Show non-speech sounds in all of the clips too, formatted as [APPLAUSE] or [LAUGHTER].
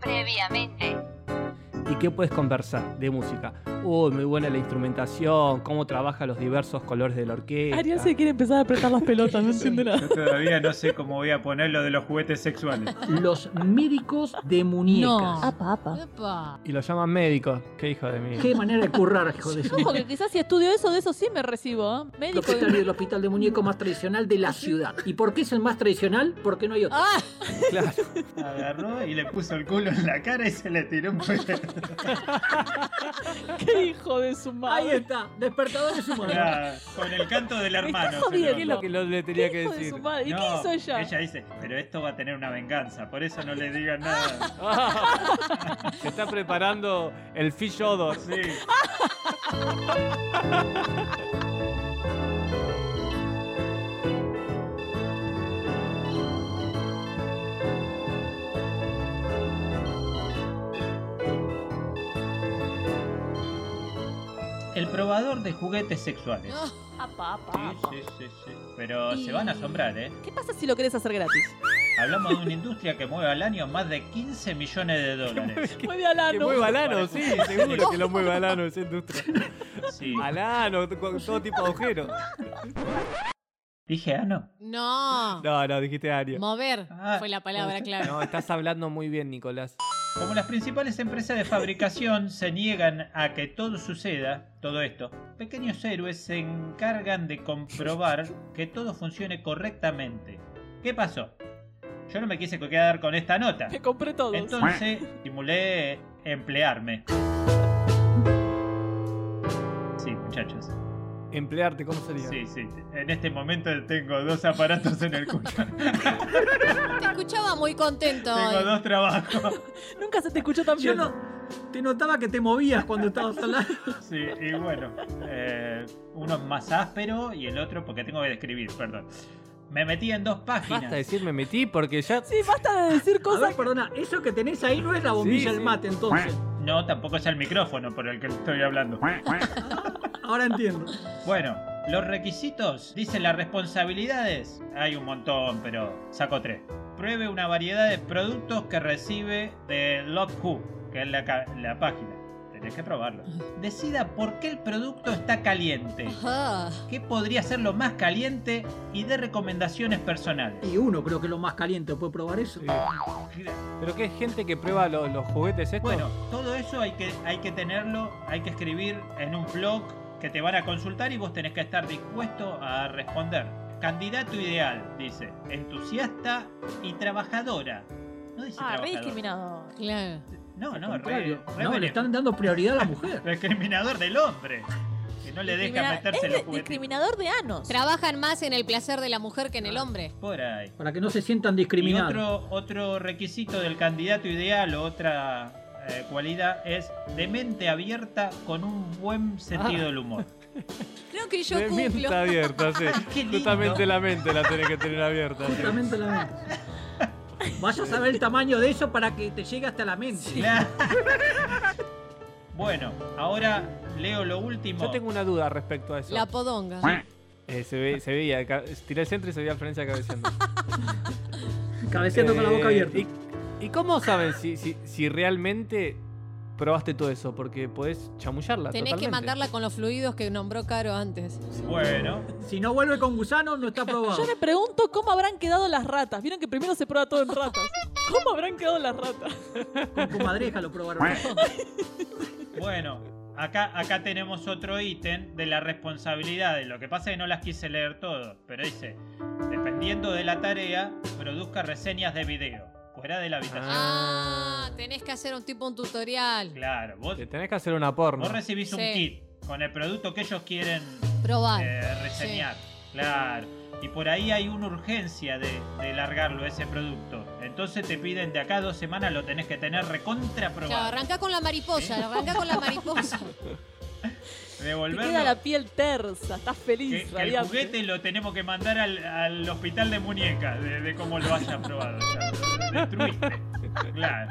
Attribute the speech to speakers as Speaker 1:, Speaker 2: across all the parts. Speaker 1: previamente.
Speaker 2: ¿Y qué puedes conversar de música? Uy, muy buena la instrumentación, cómo trabaja los diversos colores de la orquesta.
Speaker 3: Ariel se quiere empezar a apretar las pelotas, no entiendo
Speaker 4: [LAUGHS]
Speaker 3: nada.
Speaker 4: Yo todavía no sé cómo voy a poner lo de los juguetes sexuales.
Speaker 5: Los médicos de muñecas.
Speaker 3: No.
Speaker 6: Apa, apa.
Speaker 7: Epa.
Speaker 2: Y lo llaman médicos. Qué hijo de
Speaker 3: [LAUGHS]
Speaker 2: mí.
Speaker 5: Qué manera de currar, hijo de su.
Speaker 3: Ojo, que quizás si estudio eso, de eso sí me recibo. ¿eh? Médico. de-
Speaker 5: Propietario del hospital de muñecos más tradicional de la ciudad. ¿Y por qué es el más tradicional? Porque no hay otro.
Speaker 7: Ah,
Speaker 2: Claro.
Speaker 4: Agarró y le puso el [LAUGHS] culo en la cara y se le tiró un pedazo.
Speaker 3: [LAUGHS] ¡Qué hijo de su
Speaker 5: Ahí
Speaker 3: madre!
Speaker 5: está, despertadores humanos.
Speaker 4: Nada, Con el canto del
Speaker 3: Me
Speaker 4: hermano.
Speaker 3: está
Speaker 4: se lo
Speaker 3: jodiendo.
Speaker 2: ¿Qué es lo que lo- le tenía
Speaker 3: ¡Qué
Speaker 2: que
Speaker 3: hijo de
Speaker 2: decir?
Speaker 3: su madre! ¿Y
Speaker 4: No,
Speaker 3: qué hizo ella?
Speaker 4: Ella dice, pero esto va a tener una venganza, por eso no le digan nada.
Speaker 2: Ah, [LAUGHS] se está preparando el fish
Speaker 3: [LAUGHS]
Speaker 2: odor.
Speaker 4: Sí. El probador de juguetes sexuales.
Speaker 3: Apa, apa,
Speaker 4: Sí,
Speaker 3: apa.
Speaker 4: sí, sí, sí. Pero se van a asombrar, ¿eh?
Speaker 3: ¿Qué pasa si lo querés hacer gratis?
Speaker 4: Hablamos de una industria que mueve al año más de 15 millones de dólares.
Speaker 3: Muy bien,
Speaker 2: Que
Speaker 3: Alano.
Speaker 2: mueve Alano, sí, seguro que lo mueve Alano esa industria.
Speaker 4: [LAUGHS] Sí.
Speaker 2: Alano, con todo tipo de agujeros.
Speaker 4: Dije, ah, no.
Speaker 7: no.
Speaker 2: No, no, dijiste Ario.
Speaker 7: Mover
Speaker 4: Ah,
Speaker 7: fue la palabra clave.
Speaker 2: No, estás hablando muy bien, Nicolás.
Speaker 4: Como las principales empresas de fabricación se niegan a que todo suceda, todo esto, pequeños héroes se encargan de comprobar que todo funcione correctamente. ¿Qué pasó? Yo no me quise quedar con esta nota.
Speaker 3: Me compré todo.
Speaker 4: Entonces simulé emplearme. Sí, muchachos.
Speaker 2: Emplearte, ¿cómo sería?
Speaker 4: Sí, sí. En este momento tengo dos aparatos en el cuello.
Speaker 7: Te escuchaba muy contento
Speaker 4: Tengo
Speaker 7: hoy.
Speaker 4: dos trabajos.
Speaker 3: Nunca se te escuchó tan
Speaker 5: Yo
Speaker 3: bien.
Speaker 5: no, te notaba que te movías cuando estabas hablando.
Speaker 4: Sí, y bueno, eh, uno es más áspero y el otro porque tengo que describir, perdón. Me metí en dos páginas.
Speaker 2: Basta de decir me metí porque ya.
Speaker 3: Sí, basta de decir
Speaker 5: A ver,
Speaker 3: cosas.
Speaker 5: perdona, eso que tenés ahí no es la bombilla
Speaker 2: Sí,
Speaker 5: del
Speaker 2: sí.
Speaker 5: mate, entonces.
Speaker 4: No, tampoco es el micrófono por el que estoy hablando.
Speaker 5: Ahora entiendo.
Speaker 4: Bueno, los requisitos, dicen las responsabilidades. Hay un montón, pero saco tres. Pruebe una variedad de productos que recibe de Love Who, que es la, ca- la página. Tenés que probarlo. Decida por qué el producto está caliente.
Speaker 7: Ajá.
Speaker 4: ¿Qué podría ser lo más caliente? Y de recomendaciones personales.
Speaker 5: Y uno creo que es lo más caliente puede probar eso.
Speaker 2: Sí. Pero que es gente que prueba lo- los juguetes estos.
Speaker 4: Eh, Bueno, todo eso hay que, hay que tenerlo, hay que escribir en un blog que te van a consultar y vos tenés que estar dispuesto a responder. Candidato ideal, dice, entusiasta y trabajadora. No dice
Speaker 3: Ah, re
Speaker 4: trabajador.
Speaker 3: discriminado.
Speaker 7: Claro.
Speaker 4: No, no,
Speaker 5: Al
Speaker 4: re,
Speaker 5: contrario.
Speaker 4: re
Speaker 5: no, le
Speaker 4: bene-
Speaker 5: están dando prioridad a la mujer.
Speaker 4: discriminador del hombre. Que no le deja
Speaker 7: Discrimina-
Speaker 4: meterse los
Speaker 3: Es
Speaker 4: juguetes.
Speaker 3: discriminador de anos.
Speaker 7: Trabajan más en el placer de la mujer que en el hombre.
Speaker 4: Por ahí.
Speaker 5: Para que no se sientan
Speaker 4: Y
Speaker 5: discriminados.
Speaker 4: otro, otro requisito del candidato ideal o otra eh, cualidad es de mente abierta con un buen sentido
Speaker 2: Ah.
Speaker 4: del humor.
Speaker 7: Creo que yo
Speaker 2: De mente
Speaker 7: cumplo.
Speaker 2: abierta,
Speaker 4: [LAUGHS]
Speaker 2: sí.
Speaker 4: Qué lindo.
Speaker 2: Justamente la mente la tenés que tener abierta. sí.
Speaker 5: Justamente la mente. Vaya a saber el tamaño de eso para que te llegue hasta la mente.
Speaker 4: Claro. [LAUGHS] bueno, ahora leo lo último.
Speaker 2: Yo tengo una duda respecto a eso.
Speaker 7: La podonga.
Speaker 2: Eh, se, ve- se veía, ca- tiré el centro y se veía a Florencia
Speaker 4: [LAUGHS]
Speaker 2: cabeceando.
Speaker 5: Cabeceando con la boca
Speaker 2: Eh,
Speaker 5: abierta.
Speaker 2: ¿Y, y cómo saben si, si, si realmente probaste todo eso? Porque podés chamullarla.
Speaker 7: Tenés que
Speaker 2: totalmente.
Speaker 7: mandarla con los fluidos que nombró Caro antes.
Speaker 4: Bueno,
Speaker 5: Si no vuelve con gusanos, no está probado.
Speaker 3: Yo me pregunto cómo habrán quedado las ratas. Vieron que primero se prueba todo en ratas. ¿Cómo habrán quedado las ratas?
Speaker 5: Con comadreja lo probaron.
Speaker 4: bueno. Acá, acá tenemos otro ítem de la responsabilidad. Lo que pasa es que no las quise leer todas, pero dice, dependiendo de la tarea, produzca reseñas de video, fuera de la habitación.
Speaker 7: Ah, tenés que hacer un tipo un tutorial.
Speaker 4: Claro, vos,
Speaker 2: Te tenés que hacer una porno.
Speaker 4: vos recibís un
Speaker 7: Sí.
Speaker 4: kit con el producto que ellos quieren
Speaker 7: Probar.
Speaker 4: eh, reseñar. Claro. Y por ahí hay una urgencia de, de largarlo, ese producto. Entonces te piden de acá a dos semanas lo tenés que tener recontra
Speaker 7: Claro,
Speaker 4: probado.
Speaker 7: arrancá con la mariposa, arrancá con la mariposa.
Speaker 3: Te
Speaker 4: Devolverlo.
Speaker 3: queda la piel tersa. Estás
Speaker 4: Que,
Speaker 3: feliz,
Speaker 4: que el
Speaker 3: radiante.
Speaker 4: juguete lo tenemos que mandar al, al hospital de muñecas, de, de cómo lo hayan probado. o sea, lo destruiste. Claro.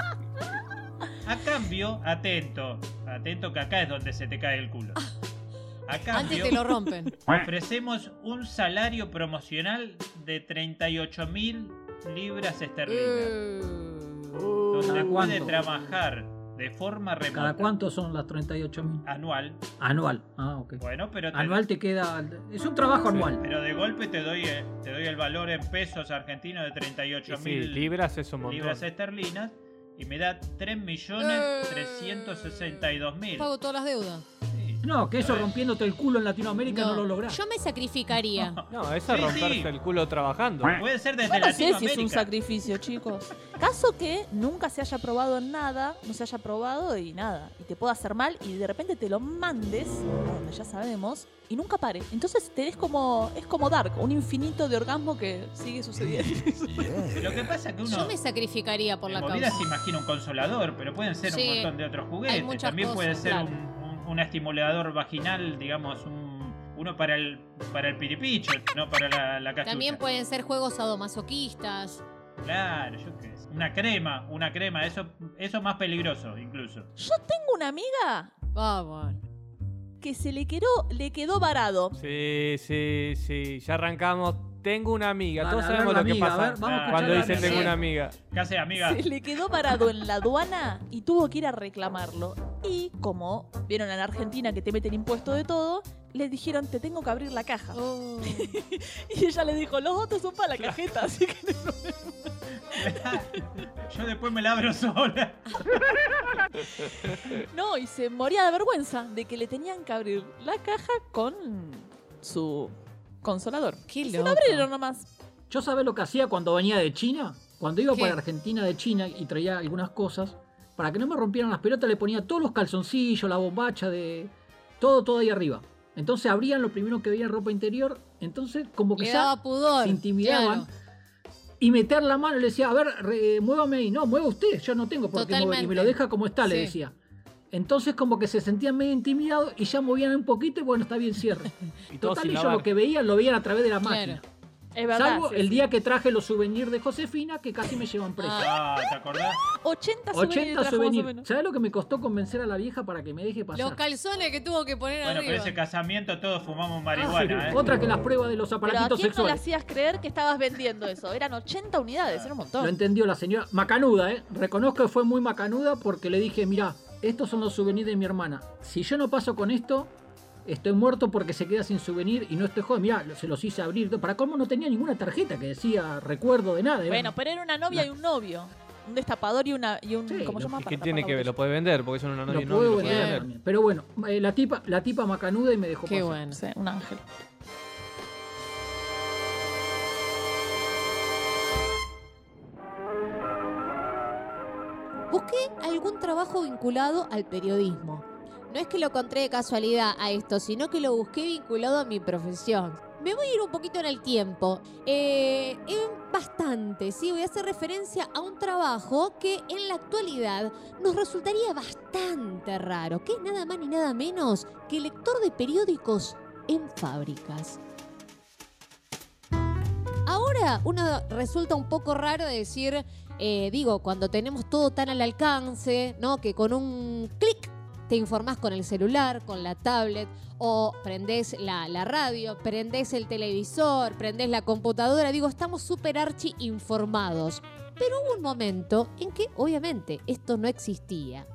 Speaker 4: A cambio, atento, atento que acá es donde se te cae el culo. A
Speaker 7: Antes
Speaker 4: cambio,
Speaker 7: te lo rompen.
Speaker 4: ofrecemos un salario
Speaker 3: Mm.
Speaker 4: promocional de 38 mil libras esterlinas.
Speaker 7: Eh,
Speaker 4: donde puede
Speaker 5: ¿Cada cuánto?
Speaker 4: trabajar de forma remota
Speaker 5: ¿Cada cuánto son las 38 mil?
Speaker 4: anual.
Speaker 5: Anual. Ah, ok.
Speaker 4: Bueno, pero te-
Speaker 5: Anual te queda. Es un trabajo anual.
Speaker 4: Pero de golpe te doy, eh, te doy el valor en pesos argentinos de
Speaker 2: Y
Speaker 4: 38
Speaker 2: sí,
Speaker 4: mil
Speaker 2: libras es un montón.
Speaker 4: libras esterlinas y me da 3.362.000.
Speaker 7: Pago todas las deudas.
Speaker 4: Sí.
Speaker 5: No, que eso
Speaker 4: ¿Sabes?
Speaker 5: rompiéndote el culo en Latinoamérica no, lo lográs.
Speaker 7: Yo me sacrificaría.
Speaker 2: No, eso es
Speaker 4: Sí,
Speaker 2: romperse
Speaker 4: sí.
Speaker 2: el culo trabajando.
Speaker 4: Puede ser desde
Speaker 3: Yo no sé si es un
Speaker 4: Latinoamérica.
Speaker 3: sacrificio, chicos. Caso que nunca se haya probado en nada, no se haya probado y nada, y te pueda hacer mal y de repente te lo mandes, a donde ya sabemos, y nunca pare. Entonces te des como, es como Dark, un infinito de orgasmo que sigue
Speaker 4: [LAUGHS]
Speaker 3: sucediendo.
Speaker 4: Lo que pasa es que uno
Speaker 7: Yo me sacrificaría por
Speaker 4: en
Speaker 7: la
Speaker 4: movida
Speaker 7: causa.
Speaker 4: se imagina un consolador, pero pueden ser
Speaker 7: Sí,
Speaker 4: un montón de otros
Speaker 7: hay
Speaker 4: juguetes.
Speaker 7: muchas
Speaker 4: También puede
Speaker 7: cosas,
Speaker 4: ser
Speaker 3: claro.
Speaker 4: un, un- un estimulador vaginal, digamos, un- uno para el para el piripicho, no para la, la cachucha.
Speaker 7: También pueden ser juegos sadomasoquistas.
Speaker 4: Claro, yo qué sé. Una crema, una crema, eso eso más peligroso incluso.
Speaker 3: Yo tengo una amiga
Speaker 7: Vamos.
Speaker 3: que se le quedó, le quedó varado.
Speaker 2: Sí, sí, sí. Ya arrancamos. Tengo una amiga.
Speaker 5: Para
Speaker 2: Todos
Speaker 5: ver
Speaker 2: sabemos
Speaker 5: la
Speaker 2: lo que
Speaker 5: amiga, a
Speaker 2: pasa
Speaker 5: ver, vamos
Speaker 4: Ah,
Speaker 5: a
Speaker 2: cuando
Speaker 5: escuchar
Speaker 2: dicen
Speaker 5: la-
Speaker 2: tengo
Speaker 7: sí.
Speaker 2: una amiga.
Speaker 4: Casi amiga.
Speaker 3: Se le quedó parado en la aduana y tuvo que ir a reclamarlo. Y como vieron en Argentina que te meten impuesto de todo, les dijeron, te tengo que abrir la caja.
Speaker 7: Oh.
Speaker 3: Y ella le dijo, los otros son para la cajeta, así que no".
Speaker 4: [LAUGHS] Yo después me la abro sola.
Speaker 3: [LAUGHS] no. Y se moría de vergüenza de que le tenían que abrir la caja con su consolador.
Speaker 7: Qué
Speaker 3: Y se
Speaker 7: loco.
Speaker 3: la abrieron nomás.
Speaker 5: ¿Yo sabés lo que hacía cuando venía de China? Cuando iba
Speaker 7: ¿Qué?
Speaker 5: para Argentina de China y traía algunas cosas, para que no me rompieran las pelotas le ponía todos los calzoncillos, la bombacha de. todo, todo ahí arriba. Entonces abrían lo primero que veían ropa interior, entonces como que
Speaker 7: Uh, Le
Speaker 5: ya
Speaker 7: daba pudor.
Speaker 5: se intimidaban.
Speaker 7: claro.
Speaker 5: Y meter la mano, le decía, a ver, re- muévame ahí. No, mueva usted, yo no tengo por qué mover. Y
Speaker 7: Totalmente.
Speaker 5: me lo deja como está, le
Speaker 7: Sí.
Speaker 5: decía. Entonces como que se sentían medio intimidados y ya movían un poquito y bueno, está bien, cierre.
Speaker 2: [LAUGHS] Y todo
Speaker 5: Total,
Speaker 2: sin
Speaker 5: ellos
Speaker 2: lavar.
Speaker 5: lo que veían lo veían a través de la
Speaker 7: Claro.
Speaker 5: máquina.
Speaker 3: Es verdad.
Speaker 5: Salvo
Speaker 3: sí,
Speaker 5: el
Speaker 3: sí.
Speaker 5: día que traje los souvenirs de Josefina, que casi me llevan preso.
Speaker 7: Ah,
Speaker 4: Ah, ¿te acordás?
Speaker 3: 80 souvenirs
Speaker 5: 80
Speaker 3: trajo más o
Speaker 5: souvenirs.
Speaker 3: menos.
Speaker 5: ¿Sabes lo que me costó convencer a la vieja para que me deje
Speaker 7: los
Speaker 5: pasar?
Speaker 7: calzones que tuvo que poner
Speaker 4: Bueno, pero
Speaker 7: arriba.
Speaker 4: ese casamiento todos fumamos marihuana,
Speaker 5: Ah,
Speaker 4: ¿eh?
Speaker 5: Otra que las pruebas de los
Speaker 3: Pero ¿a
Speaker 5: aparatitos
Speaker 3: quién no le
Speaker 5: sexuales.
Speaker 3: hacías creer que estabas vendiendo eso? Eran 80 unidades, era un
Speaker 5: Lo
Speaker 3: montón.
Speaker 5: entendió la señora. Macanuda, ¿eh? Reconozco que fue muy macanuda porque le dije, mirá, estos son los souvenirs de mi hermana. Si yo no paso con esto, estoy muerto porque se queda sin souvenir y no estoy joven. Mirá, se los hice abrir. Para cómo no tenía ninguna tarjeta que decía recuerdo de nada. Era-
Speaker 3: Bueno, pues, pero era una novia y un novio. Un destapador y una y un
Speaker 5: Sí,
Speaker 3: ¿cómo se
Speaker 5: lo-
Speaker 3: llama?
Speaker 2: ¿Y
Speaker 3: Para
Speaker 2: qué
Speaker 3: tapar
Speaker 2: tiene
Speaker 3: la
Speaker 2: que ver? Lo
Speaker 3: botella.
Speaker 2: puede vender porque eso no una
Speaker 5: lo
Speaker 2: novia y
Speaker 5: puedo
Speaker 2: no lo puede
Speaker 5: vender
Speaker 2: vender.
Speaker 5: también. Pero bueno, eh, la tipa, la tipa macanuda y me dejó
Speaker 7: Qué
Speaker 5: pasar.
Speaker 7: bueno.
Speaker 3: Sí, un ángel.
Speaker 7: Busqué algún trabajo vinculado al periodismo. No es que lo encontré de casualidad a esto, sino que lo busqué vinculado a mi profesión. Me voy a ir un poquito en el tiempo. Eh, en bastante, sí, voy a hacer referencia a un trabajo que en la actualidad nos resultaría bastante raro, que es nada más ni nada menos que lector de periódicos en fábricas. Ahora uno resulta un poco raro decir, eh, digo, cuando tenemos todo tan al alcance, ¿no? Que con un clic te informás con el celular, con la tablet, o prendés la, la radio, prendés el televisor, prendés la computadora. Digo, estamos súper archi informados. Pero hubo un momento en que, obviamente, esto no existía.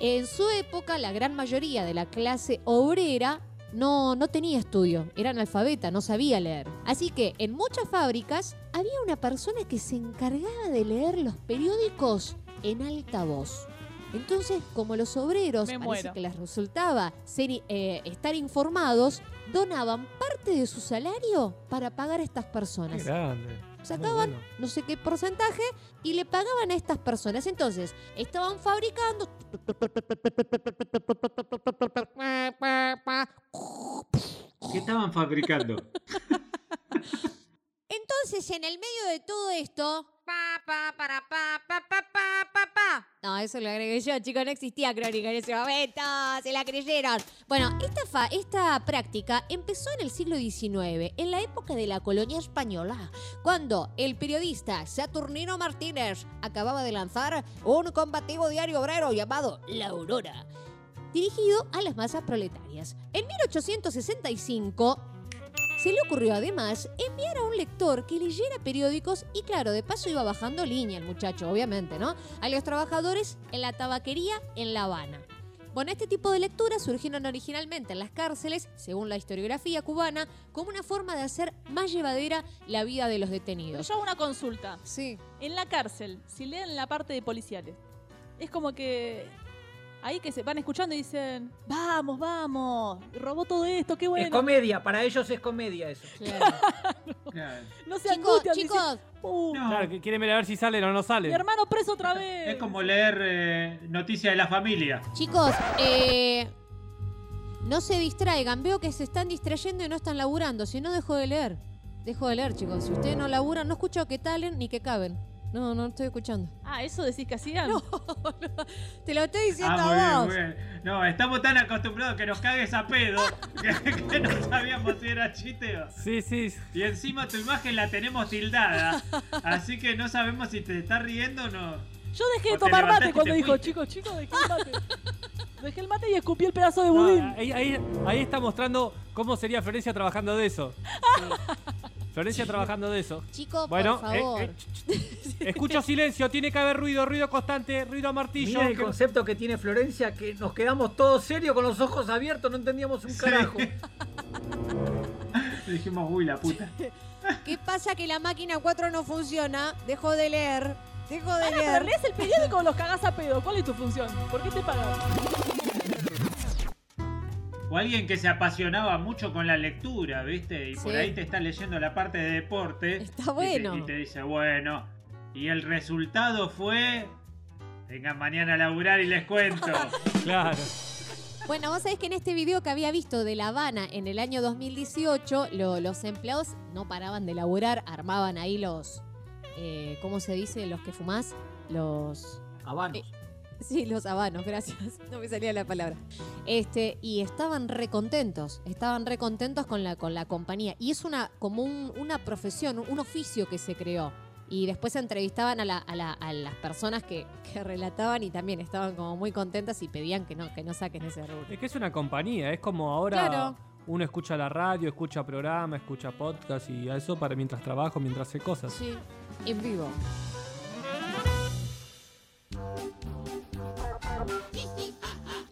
Speaker 7: En su época, la gran mayoría de la clase obrera no, no tenía estudio, era analfabeta, no sabía leer. Así que en muchas fábricas había una persona que se encargaba de leer los periódicos en alta voz. Entonces, como los obreros
Speaker 3: Me
Speaker 7: parece
Speaker 3: muero.
Speaker 7: que les resultaba ser, eh, estar informados, donaban parte de su salario para pagar a estas
Speaker 2: Qué
Speaker 7: personas.
Speaker 2: grande.
Speaker 7: Sacaban
Speaker 2: Muy bueno.
Speaker 7: no sé qué porcentaje y le pagaban a estas personas. Entonces, estaban fabricando.
Speaker 4: ¿Qué estaban fabricando?
Speaker 7: Entonces, en el medio de todo esto. pa, pa, para, pa, pa, pa, pa, pa, pa. No, eso lo agregué yo, chicos, no existía crónica en ese momento, se la creyeron. Bueno, esta, fa- esta práctica empezó en el siglo XIX, en la época de la colonia española, cuando el periodista Saturnino Martínez acababa de lanzar un combativo diario obrero llamado La Aurora, dirigido a las masas proletarias. En 1865, Se le ocurrió además enviar a un lector que leyera periódicos y claro, de paso iba bajando línea el muchacho, obviamente, ¿no? A los trabajadores en la tabaquería en La Habana. Bueno, este tipo de lecturas surgieron originalmente en las cárceles, según la historiografía cubana, como una forma de hacer más llevadera la vida de los
Speaker 3: Pero
Speaker 7: detenidos.
Speaker 3: yo hago una consulta.
Speaker 7: Sí.
Speaker 3: En la cárcel, si leen la parte de policiales, es como que ahí que se van escuchando y dicen, vamos, vamos, robó todo esto, qué
Speaker 5: Es
Speaker 3: bueno.
Speaker 5: comedia, para ellos es comedia eso.
Speaker 4: Claro.
Speaker 3: No se
Speaker 7: Chicos,
Speaker 3: angustian, dicen,
Speaker 7: chicos,
Speaker 3: "Uh,
Speaker 4: No,
Speaker 2: Claro, que quieren ver a ver si salen o no
Speaker 3: mi
Speaker 2: salen.
Speaker 3: hermano preso otra vez.
Speaker 4: Es como leer eh, Noticias de la Familia.
Speaker 7: chicos, eh, no se distraigan. Veo que se están distrayendo y no están laburando. Si no, dejo de leer. Dejo de leer, chicos. Si ustedes no laburan, no escucho que talen ni que caben. No, no estoy escuchando.
Speaker 3: Ah, eso decís que hacían.
Speaker 7: No. Te lo estoy diciendo
Speaker 4: Ah, muy bien,
Speaker 7: a vos.
Speaker 4: muy bien. No, estamos tan acostumbrados que nos cagues a pedo [LAUGHS] que, que no sabíamos si era chiste o-
Speaker 2: Sí, sí.
Speaker 4: Y encima tu imagen la tenemos tildada. Así que no sabemos si te estás riendo o no.
Speaker 3: Yo dejé de
Speaker 4: O te
Speaker 3: tomar
Speaker 4: levantaste
Speaker 3: mate
Speaker 4: y
Speaker 3: cuando
Speaker 4: te
Speaker 3: dijo,
Speaker 4: fuiste.
Speaker 3: chicos, chicos, dejé el mate. dejé el mate y escupí el pedazo de
Speaker 2: No,
Speaker 3: budín.
Speaker 2: ahí, ahí- ahí está mostrando cómo sería Florencia trabajando de
Speaker 5: [LAUGHS]
Speaker 2: eso. Florencia trabajando de eso.
Speaker 7: Chicos,
Speaker 2: Bueno,
Speaker 7: por
Speaker 2: eh,
Speaker 7: favor.
Speaker 2: eh,
Speaker 5: [LAUGHS]
Speaker 2: ch, ch, ch. escucho silencio, tiene que haber ruido, ruido constante, ruido a martillo.
Speaker 5: Miren el concepto que tiene Florencia, que nos quedamos todos serios con los ojos abiertos, no entendíamos un carajo.
Speaker 4: Y Dijimos, uy, la puta.
Speaker 7: ¿Qué pasa que la máquina 4 no funciona? Dejo de leer. Dejo de
Speaker 3: Ana,
Speaker 7: leer.
Speaker 3: pero lees el periódico o los cagás a pedo. ¿Cuál es tu función? ¿Por qué te pagan?
Speaker 4: O alguien que se apasionaba mucho con la lectura, ¿viste? Y por
Speaker 7: Sí.
Speaker 4: ahí te está leyendo la parte de deporte.
Speaker 7: Está
Speaker 4: y te-
Speaker 7: bueno.
Speaker 4: Y te, dice, bueno. Y el resultado fue. Vengan mañana a laburar y
Speaker 7: [LAUGHS]
Speaker 4: les cuento.
Speaker 2: Claro.
Speaker 7: Bueno, vos sabés que en este video que había visto de La Habana en el año 2018, lo- los empleados no paraban de laburar, armaban ahí los. eh, ¿Cómo se dice? Los que fumás. Los.
Speaker 5: Habanos.
Speaker 7: Sí, los habanos, gracias. [LAUGHS] No me salía la palabra. Este, y estaban recontentos, estaban recontentos con la, con la compañía. Y es una, como un- una profesión, un oficio que se creó. Y después entrevistaban a, la- a la- a las personas que, que relataban y también estaban como muy contentas y pedían que no, que no saquen ese rubro.
Speaker 2: Es que es una compañía, es como ahora
Speaker 7: Claro.
Speaker 2: uno escucha la radio, escucha programa, escucha podcast y a eso para mientras trabajo, mientras hace cosas.
Speaker 7: Sí, en vivo.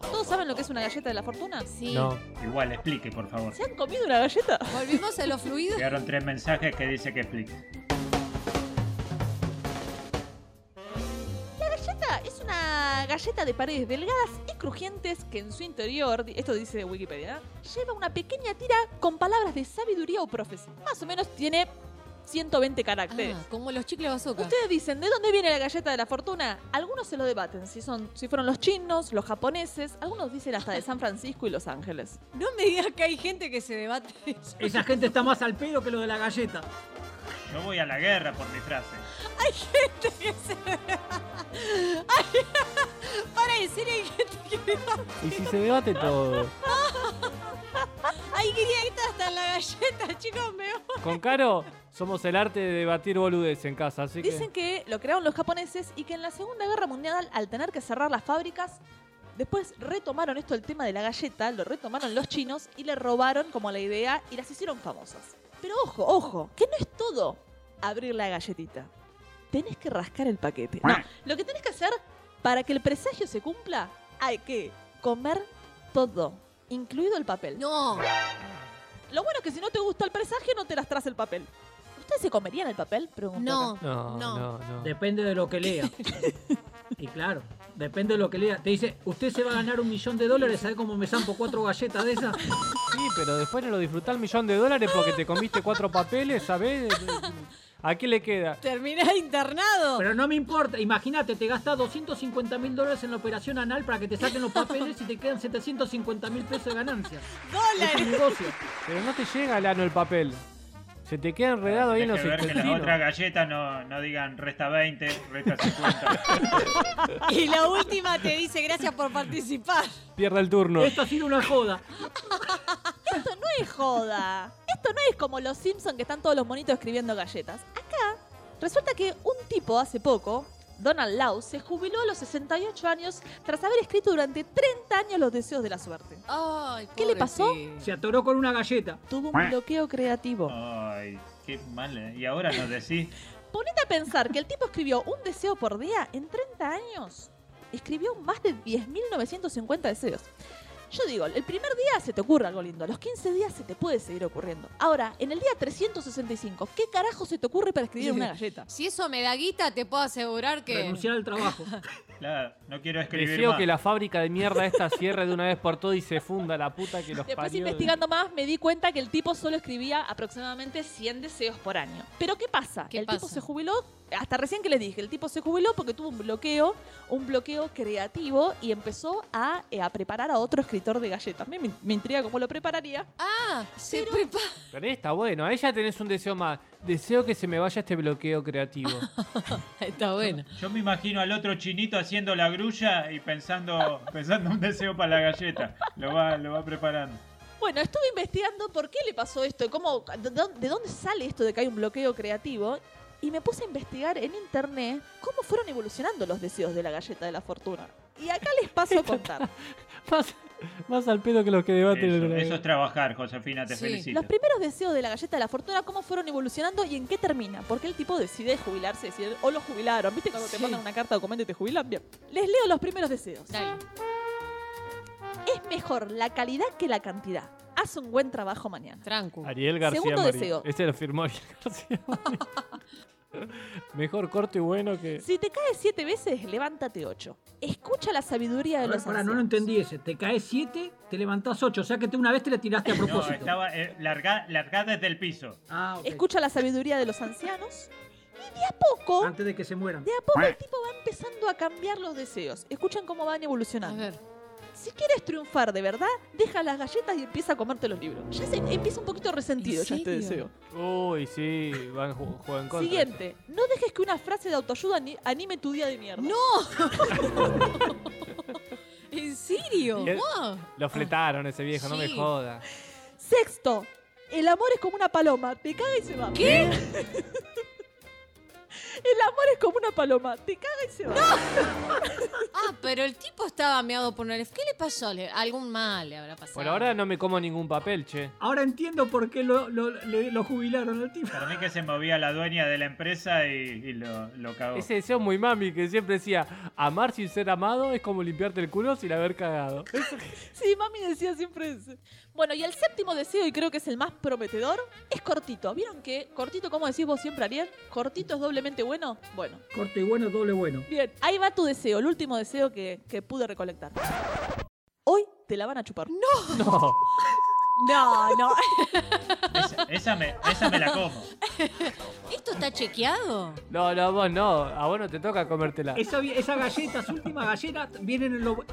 Speaker 3: ¿Todos saben lo que es una galleta de la fortuna?
Speaker 7: Sí.
Speaker 2: No.
Speaker 4: Igual, explique, por favor.
Speaker 3: ¿Se han comido una galleta?
Speaker 7: Volvimos a los
Speaker 2: [LAUGHS]
Speaker 7: fluidos.
Speaker 4: Llegaron tres mensajes que dice que explique.
Speaker 3: galleta Ah, es una galleta de paredes delgadas y crujientes que en su interior, di- esto dice Wikipedia, ¿eh? lleva una pequeña tira con palabras de sabiduría o profecía. Más o menos tiene 120 caracteres.
Speaker 7: Ah, como los chicles bazooka.
Speaker 3: Ustedes dicen, ¿de dónde viene la galleta de la fortuna? Algunos se lo debaten, si, son, si fueron los chinos, los japoneses, algunos dicen hasta de San Francisco y Los Ángeles.
Speaker 7: No me digas que hay gente que se debate eso.
Speaker 5: Esa gente está más al pedo que lo de la galleta.
Speaker 4: Yo voy a la guerra por mi frase.
Speaker 7: Hay gente que se Ay, Para en serio hay gente que
Speaker 2: Y si se debate todo.
Speaker 7: Hay grietas hasta en la galleta, [LAUGHS] chicos, me voy.
Speaker 2: Con Caro somos el arte de debatir boludes en casa, así que.
Speaker 3: Dicen que lo crearon los japoneses y que en la Segunda Guerra Mundial, al tener que cerrar las fábricas, después retomaron esto el tema de la galleta, lo retomaron los chinos y le robaron como la idea y las hicieron famosas. Pero ojo, ojo, que no es todo abrir la galletita. Tenés que rascar el paquete. No, lo que tenés que hacer para que el presagio se cumpla, hay que comer todo, incluido el papel.
Speaker 7: No.
Speaker 3: Lo bueno es que si no te gusta el presagio, no te las traes el papel. ¿Ustedes se comerían el papel? Pregunto acá.
Speaker 7: No.
Speaker 2: No,
Speaker 7: No.
Speaker 2: no, no.
Speaker 5: Depende de lo que lea. Y claro, depende de lo que lea. Te dice, usted se va a ganar un millón de dólares, ¿sabe cómo me zampo cuatro galletas de esas?
Speaker 2: Sí, pero después no lo disfrutás el millón de dólares porque te comiste cuatro papeles, ¿sabés? ¿A qué le queda?
Speaker 7: Terminás internado.
Speaker 5: Pero no me importa, imagínate, te gastas 250 mil dólares en la operación anal para que te saquen los papeles y te quedan 750 mil pesos de ganancias. Es un negocio.
Speaker 2: Pero no te llega al ano el papel. Se te queda enredado ahí en los
Speaker 4: Tenés que ver que las
Speaker 2: intestinos.
Speaker 4: otras galletas no, no digan resta 20, resta 50.
Speaker 2: [LAUGHS]
Speaker 7: Y [LAUGHS] la última te dice gracias por participar.
Speaker 2: Pierde el turno.
Speaker 5: Esto ha sido una joda.
Speaker 3: Esto no es joda. Esto no es como los Simpsons que están todos los monitos escribiendo galletas. Acá resulta que un tipo hace poco Donald Lau, se jubiló a los 68 años tras haber escrito durante 30 años los deseos de la suerte.
Speaker 7: Ay,
Speaker 3: ¿Qué le pasó?
Speaker 7: pobrecito.
Speaker 5: Se atoró con una galleta.
Speaker 3: Tuvo un bloqueo creativo.
Speaker 4: Ay, qué mal. eh. Y ahora nos decís.
Speaker 3: Ponete a pensar que el tipo escribió un deseo por día en 30 años. Escribió más de 10.950 deseos. Yo digo, el primer día se te ocurre algo lindo, a los 15 días se te puede seguir ocurriendo. Ahora, en el día 365, ¿qué carajo se te ocurre para escribir una galleta?
Speaker 7: Si eso me da guita, te puedo asegurar que.
Speaker 5: Renunciar al trabajo.
Speaker 4: Claro, no quiero escribir
Speaker 2: Deseo
Speaker 4: más.
Speaker 2: que la fábrica de mierda esta cierre de una vez por todas y se funda la puta que los
Speaker 3: Después
Speaker 2: parió.
Speaker 3: investigando más me di cuenta que el tipo solo escribía aproximadamente 100 deseos por año. Pero ¿qué pasa?
Speaker 7: ¿Qué
Speaker 3: el tipo
Speaker 7: pasa?
Speaker 3: se jubiló, hasta recién que les dije, el tipo se jubiló porque tuvo un bloqueo, un bloqueo creativo y empezó a, eh, a preparar a otro escritor de galletas. Me, me intriga cómo lo prepararía.
Speaker 7: Ah, se prepara. [LAUGHS]
Speaker 2: Pero está bueno, ahí ya tenés un deseo más. Deseo que se me vaya este bloqueo
Speaker 3: [LAUGHS]
Speaker 2: creativo.
Speaker 7: Está bueno.
Speaker 4: Yo me imagino al otro chinito haciendo la grulla y pensando, pensando un deseo para la galleta. Lo va, lo va preparando.
Speaker 3: Bueno, estuve investigando por qué le pasó esto y cómo, de dó- de dónde sale esto de que hay un bloqueo creativo. Y me puse a investigar en internet cómo fueron evolucionando los deseos de la galleta de la fortuna. Y acá
Speaker 7: [LAUGHS]
Speaker 3: les paso a contar.
Speaker 2: más, más al pedo que los que debaten
Speaker 4: Eso,
Speaker 2: el
Speaker 4: eso es trabajar, Josefina, te
Speaker 7: Sí.
Speaker 4: felicito.
Speaker 3: Los primeros deseos de la galleta de la fortuna, cómo fueron evolucionando y en qué termina. Porque el tipo decide jubilarse, decide, o lo jubilaron. ¿Viste cuando te
Speaker 7: Sí.
Speaker 3: mandan una carta de documento y te jubilan? Bien. Les leo los primeros deseos.
Speaker 7: Dale.
Speaker 3: Es mejor la calidad que la cantidad. Haz un buen trabajo mañana.
Speaker 7: Tranco.
Speaker 2: Ariel García
Speaker 3: Segundo
Speaker 2: Marín.
Speaker 3: deseo.
Speaker 2: Ese lo firmó Ariel García Marín.
Speaker 3: [LAUGHS]
Speaker 2: Mejor corto y bueno que.
Speaker 3: Si te caes siete veces, levántate ocho. Escucha la sabiduría de
Speaker 5: Ahora,
Speaker 3: los
Speaker 5: pará, no lo
Speaker 3: ancianos.
Speaker 5: entendí ese. Te caes 7, te levantás 8. O sea que te- una vez te la tiraste a
Speaker 4: No,
Speaker 5: propósito.
Speaker 4: estaba eh, larga- largada desde el piso.
Speaker 5: Ah, ok.
Speaker 3: Escucha la sabiduría de los ancianos. Y de a poco,
Speaker 5: Antes de que se mueran.
Speaker 3: de a poco
Speaker 5: Ah.
Speaker 3: el tipo va empezando a cambiar los deseos. Escuchan cómo van
Speaker 7: A
Speaker 3: evolucionando.
Speaker 7: ver.
Speaker 3: Si quieres triunfar de verdad, deja las galletas y empieza a comerte los libros. Ya se, empieza un poquito resentido
Speaker 7: ¿En
Speaker 3: ya este
Speaker 7: serio?
Speaker 3: deseo.
Speaker 2: Uy, sí, van ju- juegan contra.
Speaker 3: Siguiente, no dejes que una frase de autoayuda ani- anime tu día de mierda.
Speaker 7: ¡No! ¿En serio?
Speaker 2: Y el-
Speaker 7: Wow.
Speaker 2: Lo fletaron ese viejo, no me
Speaker 7: Sí.
Speaker 2: joda.
Speaker 3: Sexto, el amor es como una paloma, te caga y se va.
Speaker 7: ¿Qué?
Speaker 3: [LAUGHS] El amor es como una paloma, te caga y se va.
Speaker 7: Ah, pero el tipo estaba meado por una... ¿Qué le pasó? ¿Le- ¿Algún mal le habrá pasado?
Speaker 2: Por ahora no me como ningún papel, che.
Speaker 5: Ahora entiendo por qué lo, lo- le- lo jubilaron al tipo.
Speaker 4: Para mí que se movía la dueña de la empresa y, y lo, lo cagó.
Speaker 2: Ese deseo muy mami que siempre decía, amar sin ser amado es como limpiarte el culo sin haber cagado. [LAUGHS]
Speaker 3: Sí, mami decía siempre eso. Bueno, y el séptimo deseo, y creo que es el más prometedor, es cortito. ¿Vieron que cortito, como decís vos siempre, Ariel? ¿Cortito es doblemente bueno? Bueno.
Speaker 5: Corto y bueno, doble bueno.
Speaker 3: Bien, ahí va tu deseo, el último deseo que, que pude recolectar. Hoy te la van a chupar. No,
Speaker 2: No.
Speaker 7: No,
Speaker 3: [LAUGHS]
Speaker 7: no.
Speaker 4: Esa, esa me, esa me la como.
Speaker 7: ¿Esto está chequeado?
Speaker 2: No, no, vos no. A vos no te toca comértela.
Speaker 5: Esa, vi- esa galleta, su última galleta, vienen en, lo-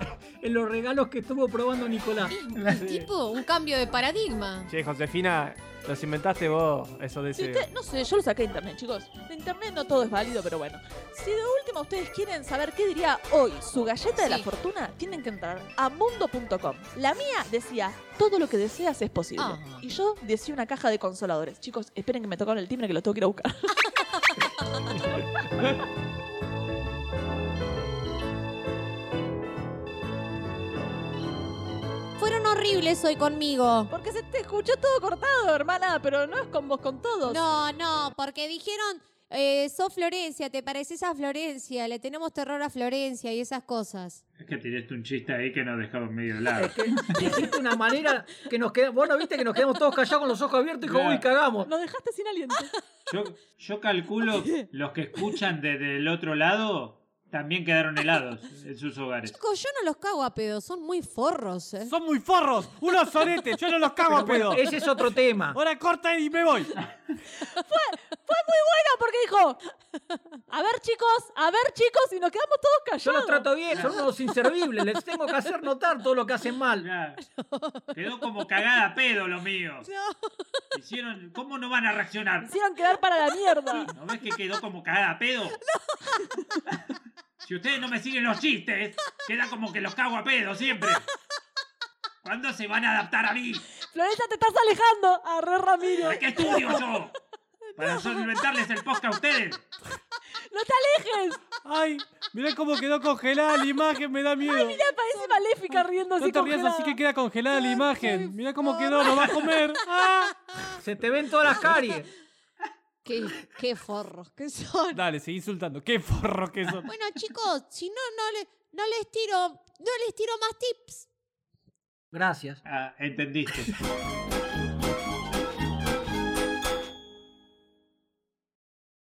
Speaker 5: en los regalos que estuvo probando Nicolás.
Speaker 7: El tipo, un cambio de paradigma.
Speaker 2: Che, Josefina, los inventaste vos, esos
Speaker 3: si
Speaker 2: deseos.
Speaker 3: usted, no sé, yo lo saqué de internet, chicos. De internet no todo es válido, pero bueno. Si de última ustedes quieren saber qué diría hoy su galleta de la
Speaker 7: Sí.
Speaker 3: fortuna, tienen que entrar a mundo.com. La mía decía, todo lo que deseas es posible.
Speaker 7: Ah.
Speaker 3: Y yo decía una caja de consoladores. Chicos, esperen que me tocaron el timbre que lo tengo que ir a buscar.
Speaker 7: Fueron horribles hoy conmigo.
Speaker 3: Porque se te escuchó todo cortado, hermana, pero no es con vos, con todos.
Speaker 7: No, no, porque dijeron, eh, sos Florencia, te pareces a Florencia, le tenemos terror a Florencia y esas cosas.
Speaker 4: Es que tiraste un chiste ahí que nos dejaba en medio
Speaker 5: [LAUGHS]
Speaker 4: lado.
Speaker 5: Es que dijiste una manera que nos quedamos. Bueno, viste que nos quedamos todos callados con los ojos abiertos y como, uy, cagamos.
Speaker 3: Nos dejaste sin aliento.
Speaker 4: Yo, yo calculo los que escuchan desde el otro lado también quedaron helados en sus
Speaker 7: [LAUGHS]
Speaker 4: hogares.
Speaker 7: Chicos, yo no los cago a pedo, son muy forros. eh.
Speaker 2: Son muy forros, unos soretes, yo no los cago a
Speaker 5: Pero
Speaker 2: pedo.
Speaker 5: bueno, ese es otro tema.
Speaker 2: Ahora corta y me voy.
Speaker 3: Bueno, porque dijo, a ver chicos, a ver chicos, y nos quedamos todos callados.
Speaker 5: Yo los trato bien, son unos inservibles. Les tengo que hacer notar todo lo que hacen mal.
Speaker 4: Ya, Quedó como cagada a pedo lo mío. [LAUGHS] Hicieron, ¿cómo no van a reaccionar?
Speaker 3: Me hicieron quedar para la mierda.
Speaker 4: ¿No ves que quedó como cagada a pedo? Si ustedes no me siguen los chistes, queda como que los cago a pedo siempre. ¿Cuándo se van a adaptar a mí?
Speaker 3: Florencia, te estás alejando. Arre Ramiro.
Speaker 4: ¿De qué estudio yo? Para solventarles el podcast a ustedes.
Speaker 3: No te alejes.
Speaker 2: Ay, mirá cómo quedó congelada la imagen, me da miedo.
Speaker 3: Parece maléfica riendo
Speaker 2: No
Speaker 3: así
Speaker 2: te rías así que queda congelada la imagen. Mirá cómo quedó, no va a comer. Ah.
Speaker 5: Se te ven todas las caries.
Speaker 7: [LAUGHS] Qué, qué forros que son.
Speaker 2: Dale, seguí insultando. Qué forro que son.
Speaker 7: Bueno, chicos, si no, no, le- no les tiro, no les tiro más tips.
Speaker 5: Gracias.
Speaker 4: Ah, entendiste.